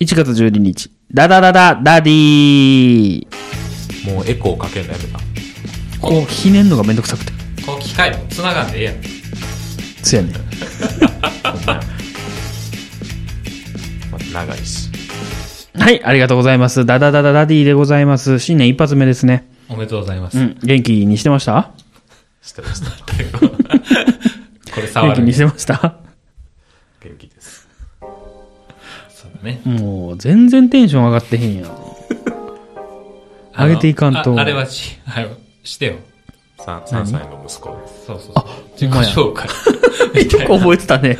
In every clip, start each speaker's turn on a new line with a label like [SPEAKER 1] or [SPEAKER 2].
[SPEAKER 1] 1月12日、ダダダダダディー。
[SPEAKER 2] もうエコーかけるのやめた。
[SPEAKER 1] こう、ひねんのがめんどくさくて。
[SPEAKER 3] こう機械も繋がんでええやん
[SPEAKER 1] そやねん。
[SPEAKER 2] まあ、長いし。
[SPEAKER 1] はい、ありがとうございます。ダダダダダディでございます。新年一発目ですね。
[SPEAKER 3] おめでとうございます、
[SPEAKER 1] う ん。元気にしてました
[SPEAKER 2] してました。
[SPEAKER 3] これ触
[SPEAKER 1] 元気
[SPEAKER 3] る
[SPEAKER 1] にしてました
[SPEAKER 2] 元気です。
[SPEAKER 3] そうだね
[SPEAKER 1] もう、全然テンション上がってへ んやん。
[SPEAKER 3] あの
[SPEAKER 1] 上げていかんと
[SPEAKER 3] ああれはしあれはしてよ
[SPEAKER 2] 三三歳の息子です。
[SPEAKER 3] そうそうそう自己紹介
[SPEAKER 1] 結構覚えてたね。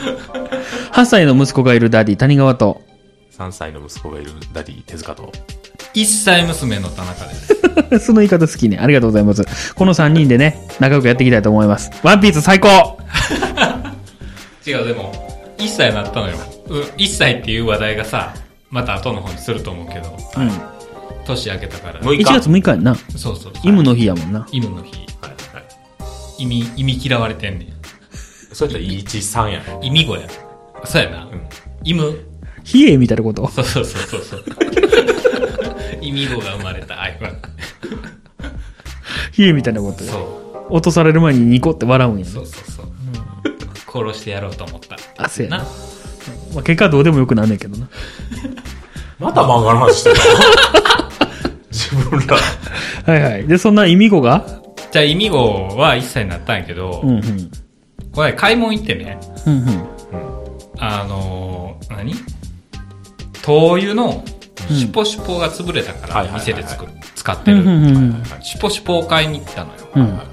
[SPEAKER 1] 8歳の息子がいるダディ、谷川と。
[SPEAKER 2] 3歳の息子がいるダディ手塚と。
[SPEAKER 3] 一歳娘の田中です
[SPEAKER 1] その言い方好きね。ありがとうございます。この3人でね、仲良くやっていきたいと思います。ワンピース最高
[SPEAKER 3] 違うでも1歳になったのよう1歳っていう話題がさまた後の方にすると思うけど
[SPEAKER 1] うん。
[SPEAKER 3] 年明けたから
[SPEAKER 2] もう
[SPEAKER 1] 1
[SPEAKER 2] 一回
[SPEAKER 1] 月6日やんな。
[SPEAKER 3] そうそうそう
[SPEAKER 1] イムの日やもんな。
[SPEAKER 3] イムの日
[SPEAKER 2] はいはい。
[SPEAKER 3] 意味意味嫌われてんねん
[SPEAKER 2] そうやったら1、3やね。
[SPEAKER 3] 意味語やそうやな、
[SPEAKER 2] ん
[SPEAKER 3] イム
[SPEAKER 1] 比叡みたいなこと。
[SPEAKER 3] そうそうそうそうそう 意味語が生まれたあ今
[SPEAKER 1] 比叡みたいなこと。
[SPEAKER 3] そ
[SPEAKER 1] 落とされる前にニコって笑うんやね
[SPEAKER 3] うそうそうそう、殺してやろうと思った
[SPEAKER 1] あそうやな
[SPEAKER 3] な
[SPEAKER 1] まあ、結果はどうでもよくなんねんけどな。
[SPEAKER 2] また漫画の話してた 自分ら。
[SPEAKER 1] はいはい。で、そんな意味語が
[SPEAKER 3] じゃあ意味語は1歳になったんやけど、
[SPEAKER 1] うんうん。
[SPEAKER 3] これ買い物行ってね
[SPEAKER 1] うんうん。
[SPEAKER 3] あのー何灯油のシュポシュポが潰れたか
[SPEAKER 2] うん
[SPEAKER 3] ら
[SPEAKER 2] はいはいはいは
[SPEAKER 3] 店
[SPEAKER 2] い
[SPEAKER 3] で作る使ってる、
[SPEAKER 1] うんうんうん
[SPEAKER 3] シュポシュポを買いに行ったのよ、
[SPEAKER 1] うん
[SPEAKER 2] はいはい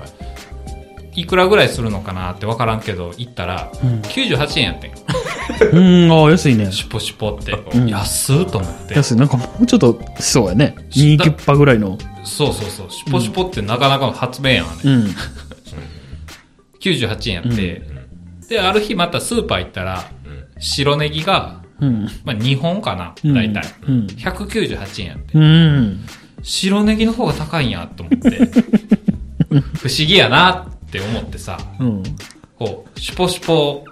[SPEAKER 3] いくらぐらいするのかなって分からんけど行ったら
[SPEAKER 1] うん
[SPEAKER 3] 98円やってん
[SPEAKER 1] うん、ああ、安いね。
[SPEAKER 3] シュポシュポって、
[SPEAKER 1] ん
[SPEAKER 3] 安ーと思って
[SPEAKER 1] 安い。なんかもうちょっとしそうやね。2キュッパぐらいの。
[SPEAKER 3] そうそうそうシュポシュポってなかなかの発明やん、あれ
[SPEAKER 1] うん。
[SPEAKER 3] 98円やって、である日またスーパー行ったら、白ネギが、
[SPEAKER 1] うん。
[SPEAKER 3] まあ、2本かな
[SPEAKER 1] うん
[SPEAKER 3] 大体、
[SPEAKER 1] うん
[SPEAKER 3] 198円やって
[SPEAKER 1] うん。
[SPEAKER 3] 白ネギの方が高いんやと思って 不思議やなって思ってさ
[SPEAKER 1] うん。
[SPEAKER 3] こうシュポシュポ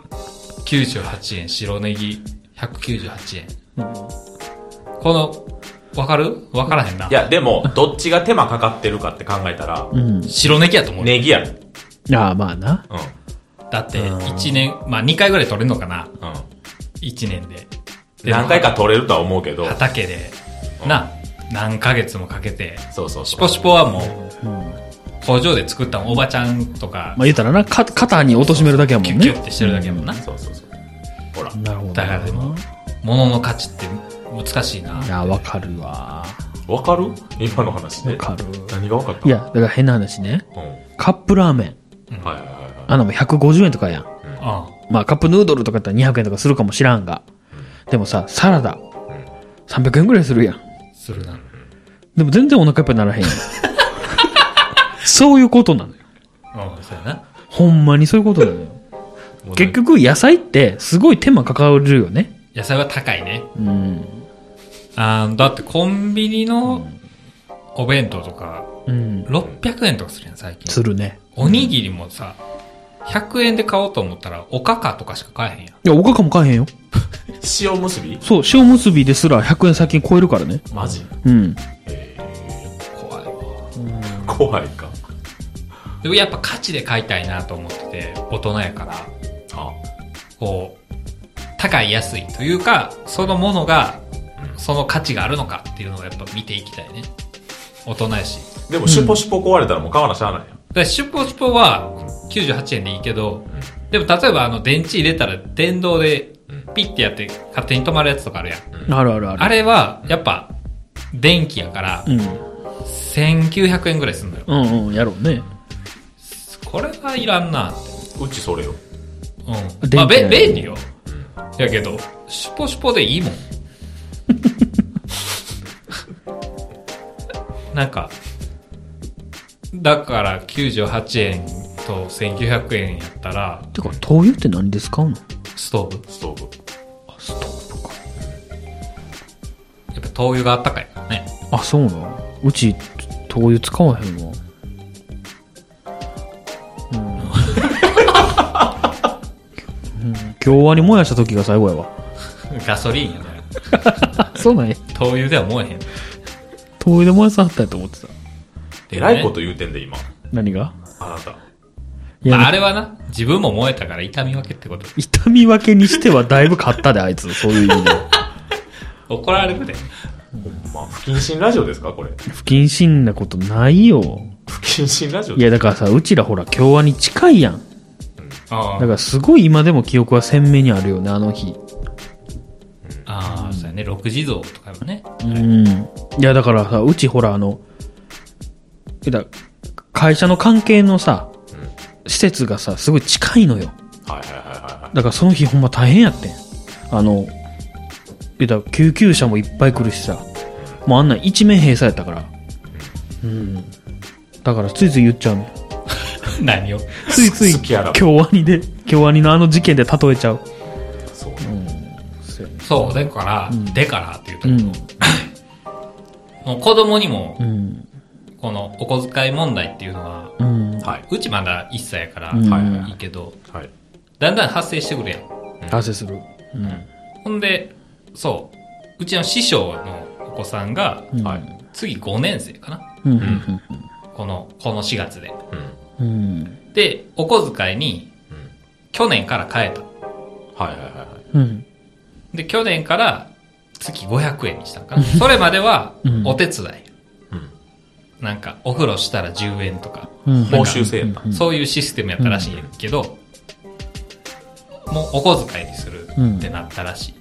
[SPEAKER 3] 98円白ネギ198円、このわかるわからへんない
[SPEAKER 2] や、でも、どっちが手間かかってるかって考えたら、
[SPEAKER 1] うん。
[SPEAKER 3] 白ネギやと思う、
[SPEAKER 2] ネギやろ。
[SPEAKER 1] ああ、まあな。
[SPEAKER 2] うん。
[SPEAKER 3] だって1年まあ2回ぐらい取れるのかな
[SPEAKER 2] うん。
[SPEAKER 3] 1年でで
[SPEAKER 2] 何回か取れるとは思うけど、
[SPEAKER 3] 畑でな何ヶ月もかけて
[SPEAKER 2] そうそう
[SPEAKER 3] シ
[SPEAKER 2] そ
[SPEAKER 3] ュポ
[SPEAKER 2] う。
[SPEAKER 3] シュポはもう、工場で作ったおばちゃんとか、
[SPEAKER 1] まあ言うたらな、か肩に落としめるだけやも
[SPEAKER 3] キュ
[SPEAKER 1] ん
[SPEAKER 3] ッキュッ
[SPEAKER 1] ね。
[SPEAKER 3] ってしてるだけやもんな。
[SPEAKER 2] そうそうそう。ほら。
[SPEAKER 1] なるほど。。
[SPEAKER 3] だからでも、物の価値って難しいない
[SPEAKER 1] や、わかるわ。
[SPEAKER 2] わかる今の話で。
[SPEAKER 1] わかる
[SPEAKER 2] 何がわかった
[SPEAKER 1] いや、だから変な話ね。
[SPEAKER 2] うん。はい
[SPEAKER 1] カップラーメン。
[SPEAKER 2] はいは
[SPEAKER 1] あんなもん150円とかやん。
[SPEAKER 3] あ
[SPEAKER 1] まあカップヌードルとかやったら200円とかするかもしらんが。でもさ、サラダ。300円ぐらいするやん。
[SPEAKER 3] あ、するな。
[SPEAKER 1] でも全然お腹いっぱいにならへん やん。そういうことなのよ。
[SPEAKER 3] うん、そうやな。
[SPEAKER 1] ほんまにそういうことなのよ。
[SPEAKER 2] いはい。
[SPEAKER 1] 結局野菜ってすごい手間かかるよね。
[SPEAKER 3] 野菜は高いね。
[SPEAKER 1] うん。
[SPEAKER 3] あーだってコンビニのお弁当とか、
[SPEAKER 1] うん。
[SPEAKER 3] 600円とかするやん、最近。
[SPEAKER 1] するね。
[SPEAKER 3] おにぎりもさ、100円で買おうと思ったら、おかかとかしか買えへんや
[SPEAKER 1] い
[SPEAKER 3] ん。
[SPEAKER 1] や、おかかも買えへんよ。
[SPEAKER 2] 塩結び
[SPEAKER 1] そう、塩結びですら100円最近超えるからね。
[SPEAKER 2] マジ
[SPEAKER 1] うん。
[SPEAKER 3] 怖いわ。
[SPEAKER 2] 怖いか。
[SPEAKER 3] でもやっぱ価値で買いたいなと思ってて、大人やから。
[SPEAKER 2] あ、
[SPEAKER 3] こう、高い安いというか、そのものが、その価値があるのかっていうのをやっぱ見ていきたいね。大人やし。
[SPEAKER 2] でも、シュポシュポ壊れたらもう買わなしゃあないやん。
[SPEAKER 3] だからシュポシュポは98円でいいけど、でも例えばあの電池入れたら電動でピッてやって勝手に止まるやつとかあるやん。
[SPEAKER 1] あるあるある。
[SPEAKER 3] あれはやっぱ電気やから
[SPEAKER 1] うん。
[SPEAKER 3] 1900円ぐらいすんのよ。
[SPEAKER 1] うんうん、やろうね。
[SPEAKER 3] これはいらんなって。
[SPEAKER 2] うちそれよ。
[SPEAKER 1] 電
[SPEAKER 3] うん。
[SPEAKER 1] 気
[SPEAKER 3] まあ、べ
[SPEAKER 1] や
[SPEAKER 3] 便利よ。やけど、シュポシュポで いいもん。なんか、だから98円と1900円やったら、
[SPEAKER 1] てか、灯油って何で使うの
[SPEAKER 3] ストーブ。
[SPEAKER 2] ストーブ。
[SPEAKER 1] ストーブか。
[SPEAKER 3] やっぱ灯油があったかいからね。
[SPEAKER 1] あ、そうなのうち、灯油使わへんわ。うん。うん、今日はに燃やした時が最後やわ。
[SPEAKER 3] ガソリンやね。
[SPEAKER 1] そうなんや。
[SPEAKER 3] 灯油では燃えへん。
[SPEAKER 1] 灯油で燃やさはったんやと思ってた。
[SPEAKER 2] えらいこと言うてんで、今。
[SPEAKER 1] 何が
[SPEAKER 2] あなた。
[SPEAKER 1] い
[SPEAKER 3] まあ、あ
[SPEAKER 1] れ
[SPEAKER 3] れはな、自分も燃えたから痛み分けってこと。
[SPEAKER 1] 痛み分けにしてはだいぶ買ったで、あいつ。そういう意味では。
[SPEAKER 3] 怒られるで。
[SPEAKER 2] まあ、不謹慎ラジオですかこれ。
[SPEAKER 1] 不謹慎なことないよ。
[SPEAKER 2] 不謹慎ラジオ
[SPEAKER 1] いや、だからさ、うちらほら、共和に近いやん。
[SPEAKER 3] あ
[SPEAKER 1] だ
[SPEAKER 3] あ
[SPEAKER 1] からすごい今でも記憶は鮮明にあるよね、あの日。
[SPEAKER 3] ああ、そうやね。六地蔵とかもね。
[SPEAKER 1] うん。いや、だからさ、うちほら、あの、えだ会社の関係のさ、施設がさ、すごい近いのよ。
[SPEAKER 2] はいはいはいはいはい。
[SPEAKER 1] だからその日ほんま大変やってん。あの、えだ救急車もいっぱい来るしさ、もうあんなん一面閉鎖やったから。うん。だからついつい言っちゃうの。
[SPEAKER 3] 何を。
[SPEAKER 1] ついつい
[SPEAKER 2] 好きやな
[SPEAKER 1] 京アニで、京アニのあの事件で例えちゃう。
[SPEAKER 2] そう。
[SPEAKER 3] そう、でから、でからっていうと
[SPEAKER 1] う
[SPEAKER 3] こ
[SPEAKER 1] ん。
[SPEAKER 3] もう子供にも
[SPEAKER 1] う、ん。
[SPEAKER 3] このお小遣い問題っていうのは、
[SPEAKER 1] うん。
[SPEAKER 2] はい。
[SPEAKER 3] うちまだ1歳やから、
[SPEAKER 1] うん
[SPEAKER 3] いいけど、
[SPEAKER 2] はい。
[SPEAKER 3] だんだん発生してくるやん。
[SPEAKER 1] 達成する。
[SPEAKER 3] ほんで、そう、うちの師匠のお子さんが、
[SPEAKER 1] うん
[SPEAKER 2] はい。
[SPEAKER 3] 次5年生かな。
[SPEAKER 1] うん。
[SPEAKER 3] この、この4月で。
[SPEAKER 2] うん。
[SPEAKER 1] うん。
[SPEAKER 3] で、お小遣いに
[SPEAKER 2] うん、
[SPEAKER 3] 去年から変えた。
[SPEAKER 2] はいはいはいはい。
[SPEAKER 1] うん。
[SPEAKER 3] で、去年から月500円にしたんかな。それまでは
[SPEAKER 1] うん
[SPEAKER 3] お手伝い。
[SPEAKER 2] うん。
[SPEAKER 3] なんか、お風呂したら10円とか、
[SPEAKER 1] うん。
[SPEAKER 2] 報酬制やった。
[SPEAKER 3] そういうシステムやったらしいんやけど、もうお小遣いにするってなったらしい。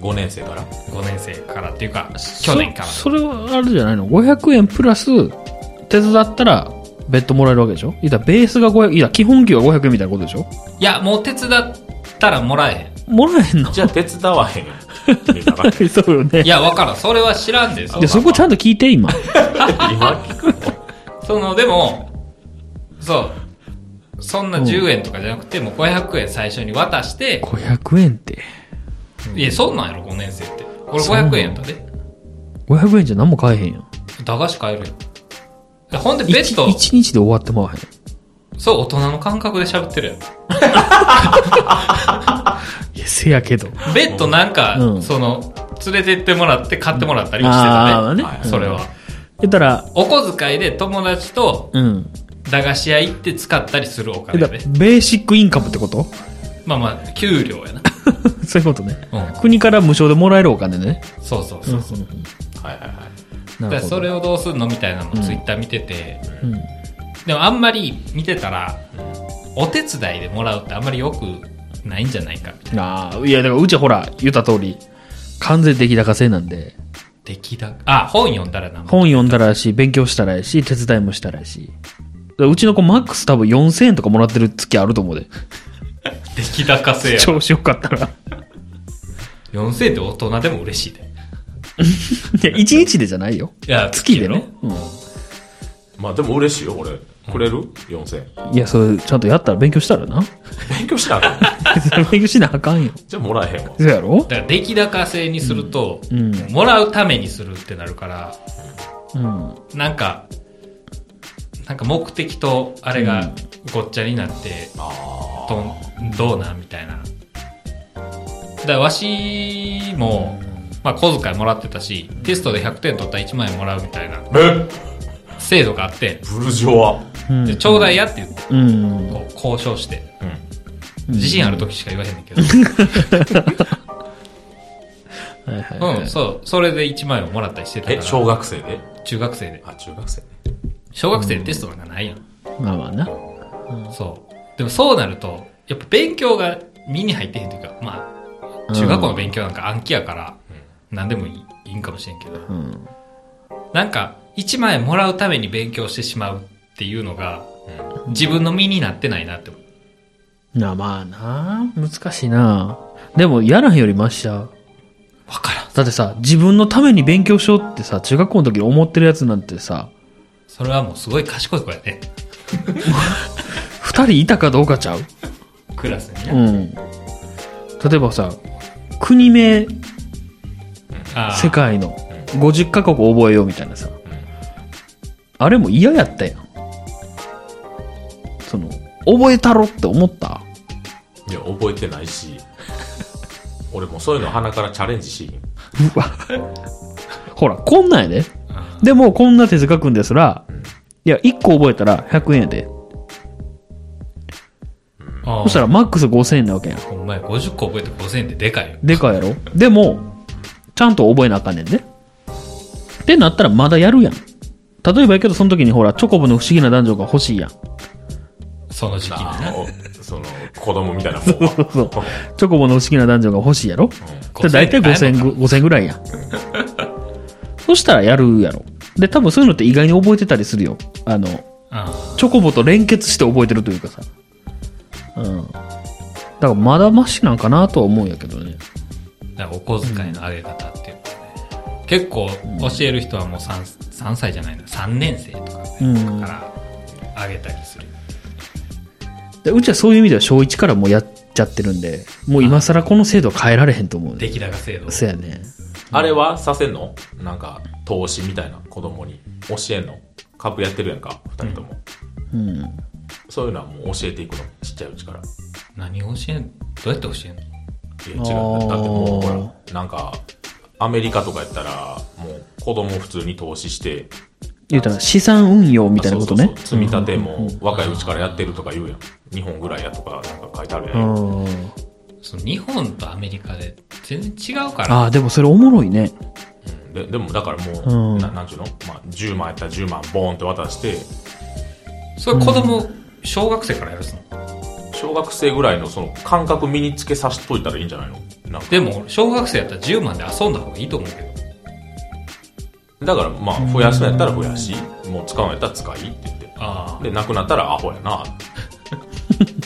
[SPEAKER 2] 5年生から。
[SPEAKER 3] 5年生からっていうか、去年から。
[SPEAKER 1] そそれはあれじゃないの ?500 円プラス、手伝ったら、別途もらえるわけでしょいや、ベースが500、いや、基本給が500円みたいなことでしょ
[SPEAKER 3] いや、もう手伝ったらもらえ
[SPEAKER 1] もらえんの
[SPEAKER 2] じゃあ、手伝わへん。みんなが
[SPEAKER 1] そうよね。
[SPEAKER 3] へん。いや、わからん。それは知らんで、そ
[SPEAKER 1] いや、そこちゃんと聞いて、今。
[SPEAKER 2] 今聞く
[SPEAKER 3] その、でも、そう。そんな10円とかじゃなくて、もう500円最初に渡して、
[SPEAKER 1] 500円って。
[SPEAKER 3] いや、そんなんやろ、5年生って。俺
[SPEAKER 1] そうなの
[SPEAKER 3] 500円やったで。
[SPEAKER 1] 500円じゃ何も買えへんやん。
[SPEAKER 3] 駄菓子買えるよ。でほんで、別途、
[SPEAKER 1] 1日で終わってまわへん。
[SPEAKER 3] そう、大人の感覚で喋ってるやん。
[SPEAKER 1] いや、せやけど。
[SPEAKER 3] ベッドなんか、
[SPEAKER 1] うん
[SPEAKER 3] その、連れてってもらって買ってもらったりもして
[SPEAKER 1] あ
[SPEAKER 3] た
[SPEAKER 1] あ、ね
[SPEAKER 3] ね。
[SPEAKER 2] はい。
[SPEAKER 3] それは。
[SPEAKER 1] えだから、
[SPEAKER 3] お小遣いで友達と
[SPEAKER 1] うん。
[SPEAKER 3] 駄菓子屋行って使ったりするお
[SPEAKER 1] え
[SPEAKER 3] 金
[SPEAKER 1] だ
[SPEAKER 3] で。
[SPEAKER 1] ベーシックインカムってこと
[SPEAKER 3] まあまあ、給料やな。
[SPEAKER 1] そういうことね。
[SPEAKER 3] うん。
[SPEAKER 1] 国から無償でもらえるお金ね。
[SPEAKER 3] そうそうそう。
[SPEAKER 1] そう。
[SPEAKER 2] はいはいはい。
[SPEAKER 1] なる
[SPEAKER 3] だから
[SPEAKER 1] ほ
[SPEAKER 3] そ
[SPEAKER 1] ど。
[SPEAKER 3] れをどうするのみたいなのもツイッター見てて、
[SPEAKER 1] うん。
[SPEAKER 3] でもあんまり見てたら、お手伝いでもらうってあんまり良くないんじゃないかみたいな。
[SPEAKER 1] ああ、いや、だからうちはほら、言った通り、完全出来高制なんで、
[SPEAKER 3] 出来だ。あ、本読んだらな。
[SPEAKER 1] 本読んだらやし、勉強したらやし、手伝いもしたらやし。だからうちの子マックス多分4000円とかもらってる月あると思うで。
[SPEAKER 3] 出来高制や。
[SPEAKER 1] 調子よかったら。い
[SPEAKER 3] 4000って大人でも嬉しいで。
[SPEAKER 1] や、1日でじゃないよ。
[SPEAKER 3] いや、
[SPEAKER 1] 月で
[SPEAKER 3] やろ
[SPEAKER 1] ね。うん。
[SPEAKER 2] まあでも嬉しいよ、これ。くれる ?4000 円。
[SPEAKER 1] いや、それ、ちゃんとやったら勉強したらな。
[SPEAKER 2] 勉強したら。
[SPEAKER 1] 勉強しなあかんよ。
[SPEAKER 2] じゃあもらえへんわ。
[SPEAKER 1] そうやろ
[SPEAKER 3] だから出来高制にすると、
[SPEAKER 1] うん
[SPEAKER 3] もらうためにするってなるから、
[SPEAKER 1] うん。
[SPEAKER 3] なんか、なんか目的とあれがごっちゃになって、
[SPEAKER 2] あ
[SPEAKER 3] とどうなんみたいな。だからわしも、まあ小遣いもらってたし、テストで100点取ったら1万円もらうみたいな
[SPEAKER 2] あ。え
[SPEAKER 3] 制度があって、
[SPEAKER 2] ブルジョア。
[SPEAKER 1] うん
[SPEAKER 3] でちょうだいやって言って、
[SPEAKER 1] うん。
[SPEAKER 3] こう交渉して、
[SPEAKER 2] うん。
[SPEAKER 3] 自信ある時しか言わへんねん けど、
[SPEAKER 1] はいはいは
[SPEAKER 3] う
[SPEAKER 1] い
[SPEAKER 3] ん、。そう、それで1万円をもらったりしてたか
[SPEAKER 2] え、小
[SPEAKER 3] ら、
[SPEAKER 2] 学生で
[SPEAKER 3] 中学生で。
[SPEAKER 2] あ、中学生ね。
[SPEAKER 3] 小学生でテストなんかないやん。
[SPEAKER 1] まあまあな。
[SPEAKER 3] そう。でもそうなると、やっぱ勉強が身に入ってへんというか、まあ、中学校の勉強なんか暗記やから、何でもいいいいんかもしれんけど、
[SPEAKER 1] うん。
[SPEAKER 3] なんか、1万円もらうために勉強してしまうっていうのが、自分の身になってないなって思う。
[SPEAKER 1] なあまあな。難しいな。でも、やらへんよりマシや。
[SPEAKER 3] わからん。
[SPEAKER 1] だってさ、自分のために勉強しようってさ、中学校の時に思ってるやつなんてさ、
[SPEAKER 3] それはもうすごい賢い子やね。
[SPEAKER 1] 二人いたかどうかちゃう
[SPEAKER 3] クラスに
[SPEAKER 1] う
[SPEAKER 3] ね。
[SPEAKER 1] ん。例えばさ、国名、
[SPEAKER 3] あー
[SPEAKER 1] 世界の50カ国覚えようみたいなさ、あれも嫌やったやん。その、覚えたろって思った
[SPEAKER 2] いや、覚えてないし。俺もそういうの鼻からチャレンジしひん。
[SPEAKER 1] うわ。 ほら、こんなんやで。
[SPEAKER 3] あ
[SPEAKER 1] でも、こんな手塚くんですら、いや、1個覚えたら100円やで。
[SPEAKER 3] あ
[SPEAKER 1] そしたら、マックス5000円なわけやん。
[SPEAKER 3] ほんまや、50個覚えて5000円ってでかいよ。
[SPEAKER 1] でかいやろでも、ちゃんと覚えなあかんねんで。ってなったらまだやるやん。例えばやけど、その時にほら、チョコボの不思議な男女が欲しいやん。
[SPEAKER 3] その時期に
[SPEAKER 2] あ
[SPEAKER 3] な。
[SPEAKER 2] の、その、子供みたいな方 が。
[SPEAKER 1] そう。チョコボの不思議な男女が欲しいやろで
[SPEAKER 3] だ
[SPEAKER 1] 大
[SPEAKER 3] いた
[SPEAKER 1] 体
[SPEAKER 3] い
[SPEAKER 1] 5000ぐ、5000ぐらいやん。そしたらやるやろ。で、多分そういうのって意外に覚えてたりするよ。あの、
[SPEAKER 3] あ
[SPEAKER 1] チョコボと連結して覚えてるというかさ。うん。だからまだマシなんかなとは思うんやけどね。
[SPEAKER 3] あだからお小遣いの上げ方っていうかね。結構教える人はもう 3, 3歳じゃないの3年生とか
[SPEAKER 1] う
[SPEAKER 3] ね
[SPEAKER 1] ん
[SPEAKER 3] から上げたりする。
[SPEAKER 1] でうちはそういう意味では小1からもうやっちゃってるんで、もう今更この制度は変えられへんと思うね。
[SPEAKER 3] 出来高制度。
[SPEAKER 1] そうやね。
[SPEAKER 2] あれはさせんのなんか、投資みたいな子供に教えんの株やってるやんか、二人とも。
[SPEAKER 1] うん。
[SPEAKER 2] そういうのはもう教えていくのちっちゃいうちから。い
[SPEAKER 3] 何を教えんどうやって教えんの
[SPEAKER 2] や、違う。だっても
[SPEAKER 1] あ
[SPEAKER 2] う、
[SPEAKER 1] ー
[SPEAKER 2] ほら、なんか、アメリカとかやったら、もう、子供普通に投資して、
[SPEAKER 1] 言うたら資産運用みたいなことね
[SPEAKER 2] そう。そうそう積み立ても若いうちからやってるとか言うやん。日本ぐらいやとか、なんか書いてあるや。
[SPEAKER 1] うんん。
[SPEAKER 3] その日本とアメリカで全然違うから。
[SPEAKER 1] ああ、でもそれおもろいね。
[SPEAKER 2] うんででも、だからもう、
[SPEAKER 1] うん
[SPEAKER 2] ななんちゅうのまあ、10万やったら10万ボーンって渡して、
[SPEAKER 3] それ子供、小学生からやるっすの
[SPEAKER 2] 小学生ぐらいのその感覚身につけさせといたらいいんじゃないのなんか
[SPEAKER 3] でも、小学生やったら10万で遊んだ方がいいと思うけど。
[SPEAKER 2] だからまあ増やすのやったら増やしもう使うんやったら使いって言って
[SPEAKER 3] あ
[SPEAKER 2] でなくなったらアホやなって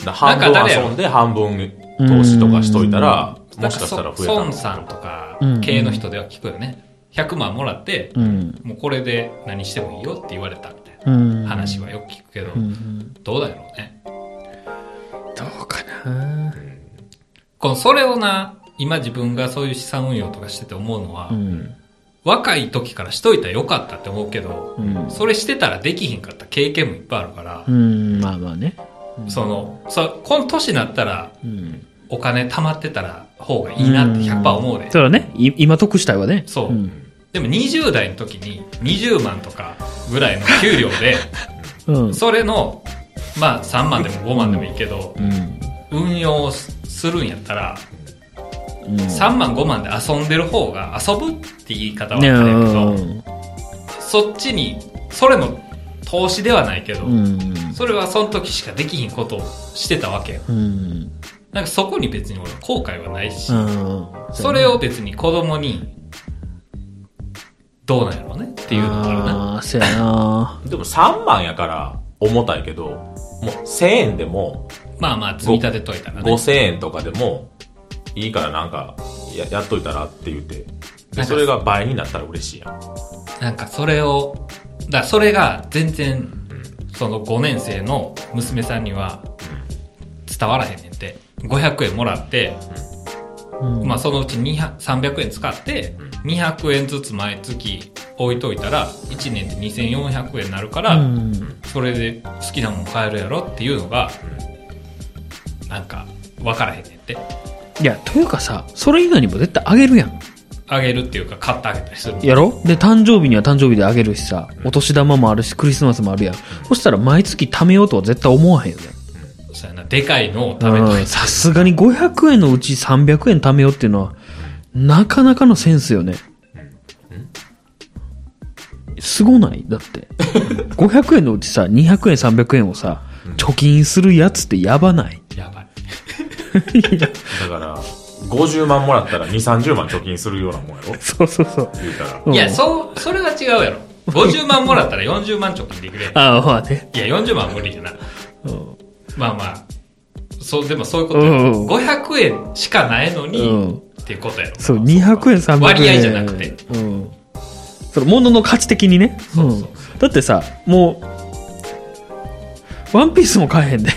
[SPEAKER 2] だ
[SPEAKER 3] なんか
[SPEAKER 2] 半
[SPEAKER 3] 誰や
[SPEAKER 2] 分
[SPEAKER 3] ろ
[SPEAKER 2] 遊んで半分投資とかしといたらもしかしたら増えた
[SPEAKER 3] 孫
[SPEAKER 2] の
[SPEAKER 3] さんとか
[SPEAKER 1] うん
[SPEAKER 3] 系の人では聞くよね。100万もらって、
[SPEAKER 1] うん。
[SPEAKER 3] もうこれで何してもいいよって言われたみたい
[SPEAKER 1] うん。
[SPEAKER 3] な話はよく聞くけど、
[SPEAKER 1] うん。
[SPEAKER 3] どうだろうね。
[SPEAKER 1] どうかな。
[SPEAKER 3] このそれをな、今自分がそういう資産運用とかしてて思うのは、
[SPEAKER 1] うん。
[SPEAKER 3] 若い時からしといたらよかったって思うけど、
[SPEAKER 1] うん。
[SPEAKER 3] それしてたらできひんかった経験もいっぱいあるから
[SPEAKER 1] う、ん。まあまあね。
[SPEAKER 3] その、そこの年になったら
[SPEAKER 1] うん。
[SPEAKER 3] お金貯まってたら方がいいなって100%思うで。
[SPEAKER 1] そうだね。い今得したいわね。
[SPEAKER 3] そう
[SPEAKER 1] うん。
[SPEAKER 3] でも20代の時に20万とかぐらいの給料 で、
[SPEAKER 1] うん。
[SPEAKER 3] それの、まあ3万でも5万でもいいけど、
[SPEAKER 1] うん。
[SPEAKER 3] 運用するんやったら、
[SPEAKER 1] うん
[SPEAKER 3] 3万5万で遊んでる方が遊ぶって言い方は
[SPEAKER 1] ね
[SPEAKER 3] あれやけ
[SPEAKER 1] う
[SPEAKER 3] ど、
[SPEAKER 1] ん
[SPEAKER 3] そっちに、それも投資ではないけど、
[SPEAKER 1] うん。
[SPEAKER 3] それはその時しかできひんことをしてたわけよ。
[SPEAKER 1] うん。
[SPEAKER 3] なんかそこに別に俺は後悔はないし、
[SPEAKER 1] うん。
[SPEAKER 3] それを別に子供に、どうなんやろうねっていうのがあるな。
[SPEAKER 1] ああ、そうやな。
[SPEAKER 2] でも3万やから重たいけどもう1000円でも
[SPEAKER 3] まあまあ積み立てといたらね。
[SPEAKER 2] 5000円とかでもいいからなんかややっといたらって言っ
[SPEAKER 3] な
[SPEAKER 2] てで
[SPEAKER 3] んか
[SPEAKER 2] それが倍になったら嬉しいやん
[SPEAKER 3] なんかそれを、だからそれが全然、その5年生の娘さんには伝わらへんねんて。500円もらって、まあそのうち200 300円使って、200円ずつ毎月置いといたら、1年で2400円になるから、
[SPEAKER 1] うん。
[SPEAKER 3] それで好きなもん買えるやろっていうのが、なんか分からへんねんて。
[SPEAKER 1] いや、というかさ、それ以外にも絶対あげるやん。
[SPEAKER 3] あげるっていうか買ってあげたりする。
[SPEAKER 1] やろで、誕生日には誕生日であげるしさ、お年玉もあるし、クリスマスもあるやん。そしたら毎月貯めようとは絶対思わへんよね。
[SPEAKER 3] そうやな、でかいのを食べと
[SPEAKER 1] う
[SPEAKER 3] い
[SPEAKER 1] ん
[SPEAKER 3] て。
[SPEAKER 1] さすがに500円のうち300円貯めようっていうのは、なかなかのセンスよね。すごないだ って。500円のうちさ、200円、300円をさ、貯金するやつってやばない。
[SPEAKER 3] やばい。
[SPEAKER 2] だから50万もらったら2 3 0万貯金するようなもんやろ
[SPEAKER 1] そうそうそう。
[SPEAKER 2] 言うたら
[SPEAKER 1] うん
[SPEAKER 3] いや、そう、それは違うやろ。50万もらったら40万貯金できるやん。
[SPEAKER 1] ああ、まあね。
[SPEAKER 3] いや、40万は無理やな。
[SPEAKER 1] うん
[SPEAKER 3] まあまあ。そう、でもそういうことやろ
[SPEAKER 1] うん
[SPEAKER 3] 500円しかないのに、
[SPEAKER 1] うん
[SPEAKER 3] っていうことやろ。
[SPEAKER 1] そう、200円、300円。
[SPEAKER 3] 割合じゃなくて。
[SPEAKER 1] うん。その、物の価値的にね。
[SPEAKER 3] そうそう
[SPEAKER 1] うんだってさ、もう、ワンピースも買えへんで。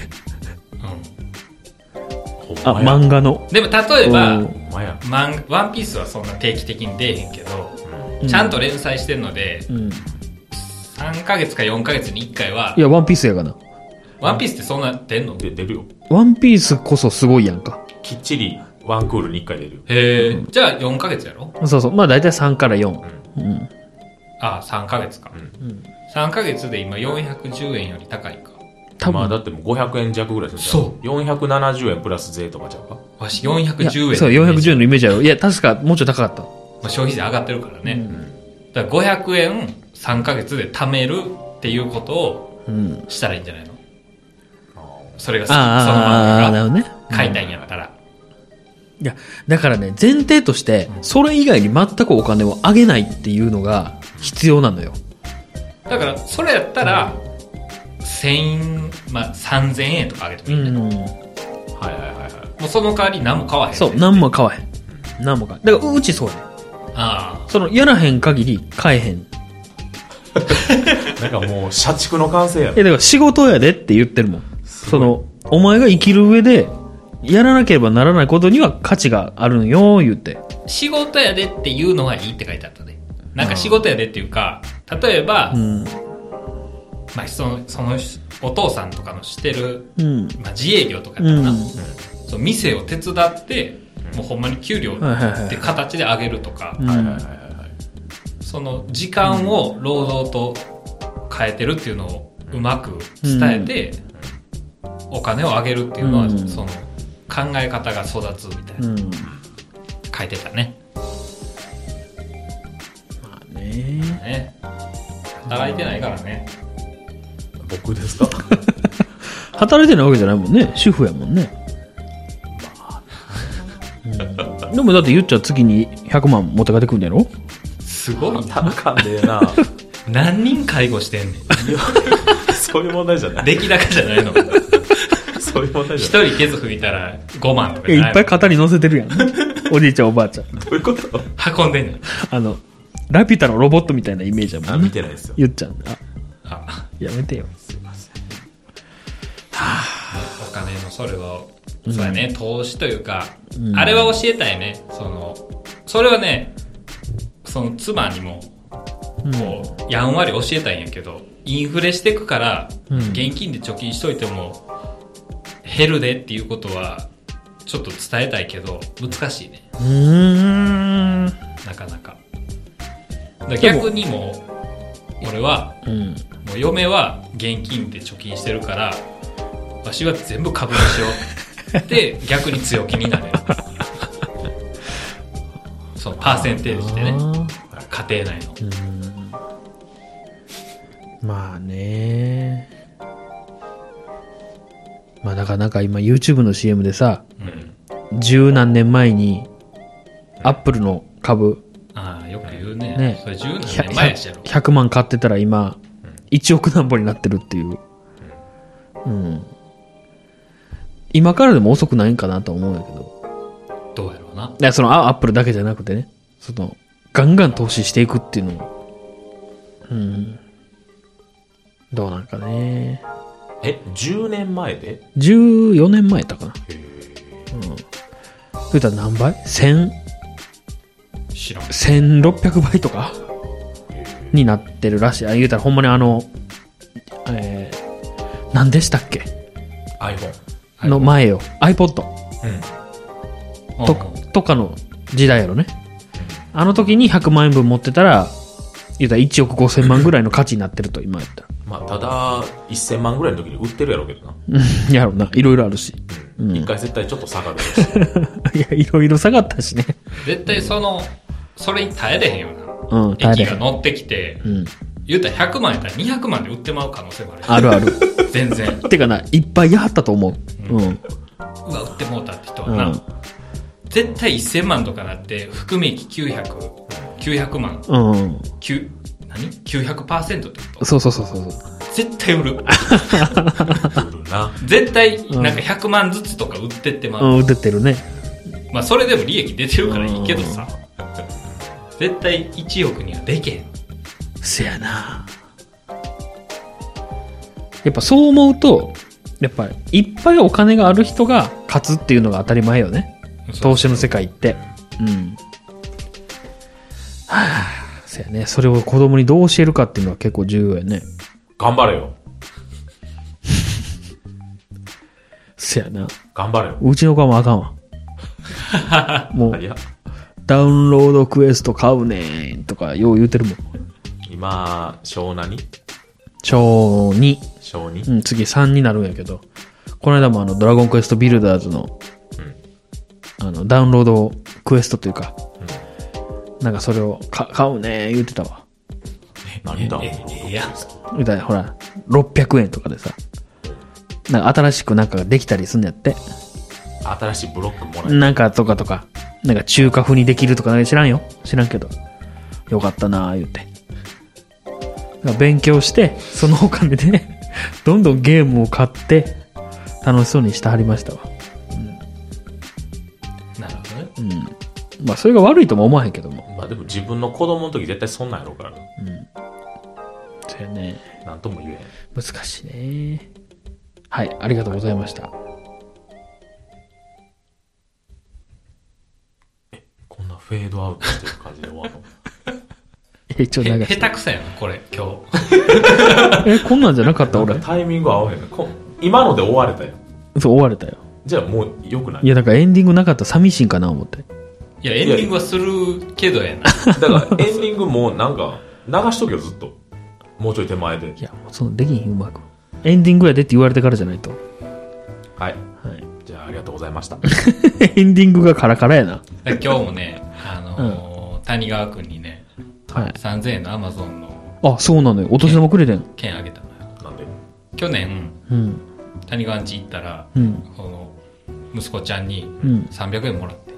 [SPEAKER 3] うん
[SPEAKER 2] ほ
[SPEAKER 1] あ、
[SPEAKER 2] んまや
[SPEAKER 1] 漫画の。
[SPEAKER 3] でも例えば
[SPEAKER 1] う、ん
[SPEAKER 2] ほんまや
[SPEAKER 3] マンワンピースはそんな定期的に出えへんけど、
[SPEAKER 1] うん
[SPEAKER 3] ちゃんと連載してるので、
[SPEAKER 1] うん。、
[SPEAKER 3] 3ヶ月か4ヶ月に1回はい
[SPEAKER 1] や、ワンピースやがな。
[SPEAKER 3] ワンピースってそんな出んの
[SPEAKER 2] で出るよ
[SPEAKER 1] ワンピースこそすごいやんか。
[SPEAKER 2] きっちりワンクールに1回出るよ。
[SPEAKER 3] へえ、じゃあ4ヶ月やろ
[SPEAKER 1] そうそう。まあ大体3から4。うん。
[SPEAKER 3] ああ、3ヶ月か。
[SPEAKER 1] うん
[SPEAKER 3] 3ヶ月で今410円より高いか。
[SPEAKER 1] 多
[SPEAKER 2] まあ
[SPEAKER 1] 分、
[SPEAKER 2] だってもう500円弱ぐらいする。
[SPEAKER 3] そう
[SPEAKER 2] 470円プラス税とかちゃうか
[SPEAKER 3] わし
[SPEAKER 1] いや
[SPEAKER 3] 410円。
[SPEAKER 1] そう、410円のイメージある。いや、確かもうちょっと高かっ
[SPEAKER 3] まあ、消費税上がってるから
[SPEAKER 1] た。
[SPEAKER 3] ね。だから500円3ヶ月で貯めるっていうことを
[SPEAKER 1] うん。うん。
[SPEAKER 3] したらいいんじゃないの
[SPEAKER 2] あ
[SPEAKER 3] それが好き。その
[SPEAKER 1] ああ、な
[SPEAKER 3] 漫画
[SPEAKER 1] るほどね。
[SPEAKER 3] が買いたいんやったら。
[SPEAKER 1] いや、だからね、前提として、それ以外に全くお金をあげないっていうのが必要なのよ。
[SPEAKER 3] だから、それやったら、1000、まあ、3000円とか上げてもいいね。も
[SPEAKER 1] ん。
[SPEAKER 2] ーはいはいはいは
[SPEAKER 3] うその代わり何も買わへん、ね。
[SPEAKER 1] そう、何も買わへん。何も買わへん。だから、うちそうやね。
[SPEAKER 3] あ
[SPEAKER 1] その、やらへん限り買えへん。
[SPEAKER 2] い。なんかもう、社畜の完成やろ。
[SPEAKER 1] え、だから仕事やでって言ってるもん。その、お前が生きる上で、やらなければならないことには価値があるのよ、言って。
[SPEAKER 3] あ。仕事やでっていうのはいいって書いてあったね。なんか仕事やでっていうか、例えば、
[SPEAKER 1] うん。
[SPEAKER 3] まあ、その、その人、お父さんとかのしてる、
[SPEAKER 1] うん。
[SPEAKER 3] まあ、自営業とか
[SPEAKER 1] う
[SPEAKER 3] やったかな。
[SPEAKER 1] ん。
[SPEAKER 3] そう店を手伝って、もうほんまに給料
[SPEAKER 1] はいはいはい
[SPEAKER 3] って形で上げるとか、
[SPEAKER 1] うん
[SPEAKER 2] はいはいはいはいはい。
[SPEAKER 3] その時間を労働と変えてるっていうのをうまく伝えて、お金を上げるっていうの
[SPEAKER 1] う
[SPEAKER 3] は、
[SPEAKER 1] ん
[SPEAKER 3] その考え方が育つみたいな、
[SPEAKER 1] うん。
[SPEAKER 3] 書いてたね
[SPEAKER 1] まあね。
[SPEAKER 3] ね働いてないからね
[SPEAKER 2] 僕ですか
[SPEAKER 1] 働いてないわけじゃないもんね。主婦やもんね。うん、でもだって言っちゃ月に100万持って帰ってくるんやろ
[SPEAKER 3] すごいな
[SPEAKER 2] あかんでえ な。
[SPEAKER 3] 何人介護してんねん
[SPEAKER 2] そういう問題じゃない。
[SPEAKER 3] 出来高じゃない の
[SPEAKER 2] そういう問題じ
[SPEAKER 3] 一
[SPEAKER 2] ゃない。
[SPEAKER 3] 人削吹いたら5万とか
[SPEAKER 1] い
[SPEAKER 3] じゃ
[SPEAKER 1] や
[SPEAKER 3] ないい
[SPEAKER 1] っぱ
[SPEAKER 3] の
[SPEAKER 1] い肩に乗せてる やん。おじいちゃんおばあちゃん。
[SPEAKER 2] どういうこと
[SPEAKER 3] 運んでんねん
[SPEAKER 1] あの、ラピュタのロボットみたいなイメージや
[SPEAKER 2] あ、
[SPEAKER 1] もん
[SPEAKER 2] 見
[SPEAKER 1] ね。
[SPEAKER 2] てないですよ。
[SPEAKER 1] 言っちゃうんだ。
[SPEAKER 3] あ
[SPEAKER 1] やめてよ。
[SPEAKER 3] お金のそれは、そうやね投資というか、
[SPEAKER 1] うん
[SPEAKER 3] あれは教えたいねそのそれはねその妻にも
[SPEAKER 1] うん
[SPEAKER 3] こうやんわり教えたいんやけどインフレしてくから、
[SPEAKER 1] うん
[SPEAKER 3] 現金で貯金しといても減るでっていうことはちょっと伝えたいけど難しいね
[SPEAKER 1] うーん。
[SPEAKER 3] なかなかだから逆にもう俺は
[SPEAKER 1] うん。
[SPEAKER 3] もう嫁は現金で貯金してるからわしは全部株にしよ うで逆に強気になれるそうパーセンテージでね家庭内の
[SPEAKER 1] まあねまあだからなんか今 YouTube の CM でさ
[SPEAKER 3] うん
[SPEAKER 1] 十何年前にアップルの株
[SPEAKER 3] ああよく言うね
[SPEAKER 1] ね
[SPEAKER 3] それ10年前やしやろ
[SPEAKER 1] 100万買ってたら今1億何本になってるっていう、うん、今からでも遅くないんかなとは思うんやけど
[SPEAKER 3] どうやろうない
[SPEAKER 1] やそのあアップルだけじゃなくてねそのガンガン投資していくっていうのもうんどうなんかね
[SPEAKER 2] え、10年前で
[SPEAKER 1] 14年前やったかな。
[SPEAKER 2] へー
[SPEAKER 1] それたら何倍 ?1000、
[SPEAKER 3] 知らん
[SPEAKER 1] 1600倍とかになってるらしい。あ、言うたらほんまにあの、えー、何でしたっけ
[SPEAKER 2] iPhone。
[SPEAKER 1] の前よ。iPod
[SPEAKER 2] うん。
[SPEAKER 1] とかとかの時代やろね。あの時に100万円分持ってたら、言うたら1億5000万ぐらいの価値になってると、今やったら。
[SPEAKER 2] まあ、ただ、1000万ぐらいの時に売ってるやろうけどな。
[SPEAKER 1] うん やろうな。いろいろあるし。
[SPEAKER 2] うん。一回絶対ちょっと下がるやろ うし。
[SPEAKER 1] いや、いろいろ下がったしね。
[SPEAKER 3] 絶対そのそれに耐えれへんよ
[SPEAKER 1] うん、
[SPEAKER 3] な
[SPEAKER 1] 耐えれへ
[SPEAKER 3] 駅が
[SPEAKER 1] ん。
[SPEAKER 3] 乗ってきて
[SPEAKER 1] うん。
[SPEAKER 3] 言うたら100万やったら200万で売ってまう可能性もある
[SPEAKER 1] あるある。
[SPEAKER 3] 全然
[SPEAKER 1] てかな、 いっぱいやったと思う。うん。
[SPEAKER 3] うわ売ってもうたって人は
[SPEAKER 1] う
[SPEAKER 3] な、
[SPEAKER 1] ん。
[SPEAKER 3] 絶対1000万とかなって含み益900900 900万
[SPEAKER 1] うん。
[SPEAKER 3] 9何900%ってこ
[SPEAKER 1] そうそうそうそうそう。
[SPEAKER 3] と絶対 売る
[SPEAKER 2] 売るな。
[SPEAKER 3] 絶対なんか100万ずつとか売ってってまう、
[SPEAKER 1] うん、出てるね。
[SPEAKER 3] まあそれでも利益出てるからいいけどさ、絶対1億にはでけへん
[SPEAKER 1] せやな。やっぱそう思うと、やっぱいっぱいお金がある人が勝つっていうのが当たり前よね。投資の世界って。うん。はあ、せやね。それを子供にどう教えるかっていうのは結構重要やね。
[SPEAKER 2] 頑張れよ。
[SPEAKER 1] せやな。
[SPEAKER 2] 頑張れよ。
[SPEAKER 1] うちの子はもうあかんわ。 も、
[SPEAKER 2] いうや、
[SPEAKER 1] ダウンロードクエスト買うねんとか、よう言うてるもん。
[SPEAKER 2] 今、小何
[SPEAKER 1] 小2。
[SPEAKER 2] 小2、
[SPEAKER 1] うん、次3になるんやけど、この間もあの、ドラゴンクエストビルダーズの、あの、ダウンロードクエストというか、なんかそれをか買うねー言うてたわ。
[SPEAKER 2] 何だ
[SPEAKER 3] ええいや
[SPEAKER 1] みたいな、ほら、600円とかでさ、なんか新しくなんかができたりすんのやって。
[SPEAKER 2] 新しいブロックもらえる。
[SPEAKER 1] なんかとかとか、なんか中華風にできるとかなんか知らんよ。知らんけど。よかったなー言うて。だから勉強して、そのお金で、 ね、どんどんゲームを買って、楽しそうにしてはりましたわ。
[SPEAKER 3] なるほどね
[SPEAKER 1] まあ、それが悪いとも思わへんけども。
[SPEAKER 2] まあでも自分の子供の時絶対そんなんやろうからな。
[SPEAKER 1] そうやね。
[SPEAKER 2] なんとも言えへん。
[SPEAKER 1] 難しいね。はい、ありがとうございました。
[SPEAKER 2] こんなフェードアウトしてる感じで終わるの。
[SPEAKER 1] え、一応流
[SPEAKER 3] へ
[SPEAKER 1] して。
[SPEAKER 3] 下手くそやなこれ今日
[SPEAKER 1] え、こんなんじゃなかった
[SPEAKER 2] 俺
[SPEAKER 1] 俺。
[SPEAKER 2] タイミング合わへんねこ今ので終われたよ
[SPEAKER 1] そう、終われたよ。
[SPEAKER 2] じゃあもう良くない
[SPEAKER 1] いや、だからエンディングなかったら寂しいんかな思って。
[SPEAKER 3] いやエンディングはするけどや な
[SPEAKER 2] だからエンディングもうなんか流しとけよずっともうちょい手前で
[SPEAKER 1] いや、もうその、できひん、うまく。エンディングやでって言われてからじゃないと。
[SPEAKER 2] はい
[SPEAKER 1] はい。
[SPEAKER 2] じゃあありがとうございました
[SPEAKER 1] エンディングがカラカラやな。
[SPEAKER 3] だから今日もね、あのー谷川君にね、
[SPEAKER 1] はい。
[SPEAKER 3] 3000円のアマゾンの
[SPEAKER 1] あ、そうなのよ。お年玉くれてん。
[SPEAKER 3] 券あげたのよ。
[SPEAKER 2] なんで
[SPEAKER 3] 去年、
[SPEAKER 1] うん。
[SPEAKER 3] 谷川んち行ったら、
[SPEAKER 1] うん。
[SPEAKER 3] この息子ちゃんに
[SPEAKER 1] うん。
[SPEAKER 3] 300円もらって。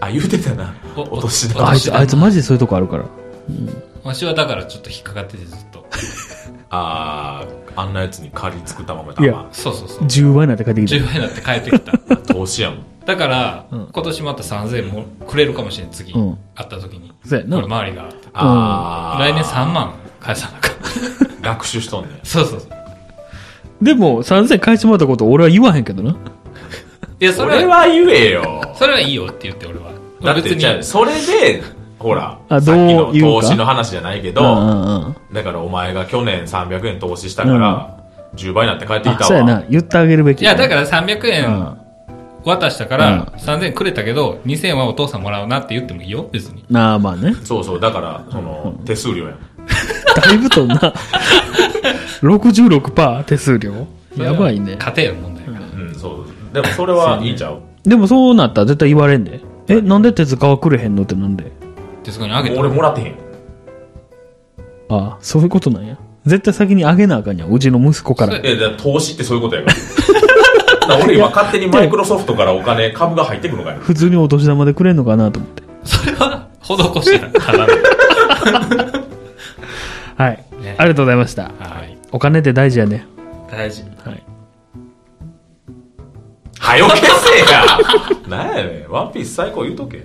[SPEAKER 2] あ言うてたな
[SPEAKER 3] お
[SPEAKER 2] お年
[SPEAKER 3] お
[SPEAKER 2] 玉
[SPEAKER 1] あいつ、
[SPEAKER 3] 玉
[SPEAKER 1] あいつマジでそういうとこあるから。
[SPEAKER 3] わしはだからちょっと引っかかっててずっと。
[SPEAKER 2] あーあんなやつに借り作ったまま
[SPEAKER 1] い
[SPEAKER 2] や
[SPEAKER 1] や
[SPEAKER 2] っ
[SPEAKER 3] そうそうそう。
[SPEAKER 1] 10倍になって帰ってき
[SPEAKER 3] 10
[SPEAKER 1] た。
[SPEAKER 3] 円だって帰ってき た。
[SPEAKER 2] た投資やもん
[SPEAKER 3] だから、
[SPEAKER 1] うん
[SPEAKER 3] 今年また3000円もくれるかもしれん、次、
[SPEAKER 1] うん
[SPEAKER 3] 会った時に。
[SPEAKER 1] そうや
[SPEAKER 3] これ
[SPEAKER 1] な。
[SPEAKER 3] 周りが。
[SPEAKER 2] あー
[SPEAKER 3] 来年3万返さなあかん
[SPEAKER 2] 学習しとんね
[SPEAKER 3] そうそうそう。
[SPEAKER 1] でも、3000返してもらったこと俺は言わへんけどな。
[SPEAKER 3] いや、そ
[SPEAKER 2] そ
[SPEAKER 3] れ
[SPEAKER 2] れ
[SPEAKER 3] は、
[SPEAKER 2] は言えよ
[SPEAKER 3] それはいいよって言って俺は。
[SPEAKER 2] だってじゃあそれでほら
[SPEAKER 1] あ
[SPEAKER 2] さっきの
[SPEAKER 1] どう言うか
[SPEAKER 2] 投資の話じゃないけ
[SPEAKER 1] うんう
[SPEAKER 2] ど
[SPEAKER 1] んうん。
[SPEAKER 2] だからお前が去年300円投資したから10倍になって帰ってき
[SPEAKER 1] あ
[SPEAKER 2] た
[SPEAKER 1] そうや
[SPEAKER 2] わ
[SPEAKER 1] な。言ってあげるべき。
[SPEAKER 3] いや、だから300
[SPEAKER 1] う
[SPEAKER 3] 円
[SPEAKER 1] ん。
[SPEAKER 3] 渡したから、3000円くれたけど、2000円はお父さんもらうなって言ってもいいよ、別に。
[SPEAKER 1] なあ、まあね。
[SPEAKER 2] そうそうだからその手数料やん
[SPEAKER 1] だいぶとんな。66%手数料やばいね。
[SPEAKER 3] 家庭の問題やから。
[SPEAKER 2] うん、そうでもそれはいいちゃう。
[SPEAKER 1] でもそうなったら絶対言われんで。え、なんで手塚はくれへんのってなんで
[SPEAKER 3] で、そこにあげ
[SPEAKER 2] もう
[SPEAKER 3] た
[SPEAKER 2] 俺。もらってへん。
[SPEAKER 1] ああ、そういうことなんや。絶対先にあげなあかんやん。うちの息子から。
[SPEAKER 2] え、だから投資ってそういうことやから。 だから俺今勝手にマイクロソフトからお金、株が入ってくのかよ。
[SPEAKER 1] 普通にお年玉でくれんのかなと思って。
[SPEAKER 3] それは、施してた。ただの
[SPEAKER 1] はい。
[SPEAKER 3] ね
[SPEAKER 1] ありがとうございました。
[SPEAKER 3] はい。
[SPEAKER 1] お金って大事やね。
[SPEAKER 3] 大事。
[SPEAKER 1] はい。
[SPEAKER 2] はよ消せやなんやねん。ワンピース最高言うとけや。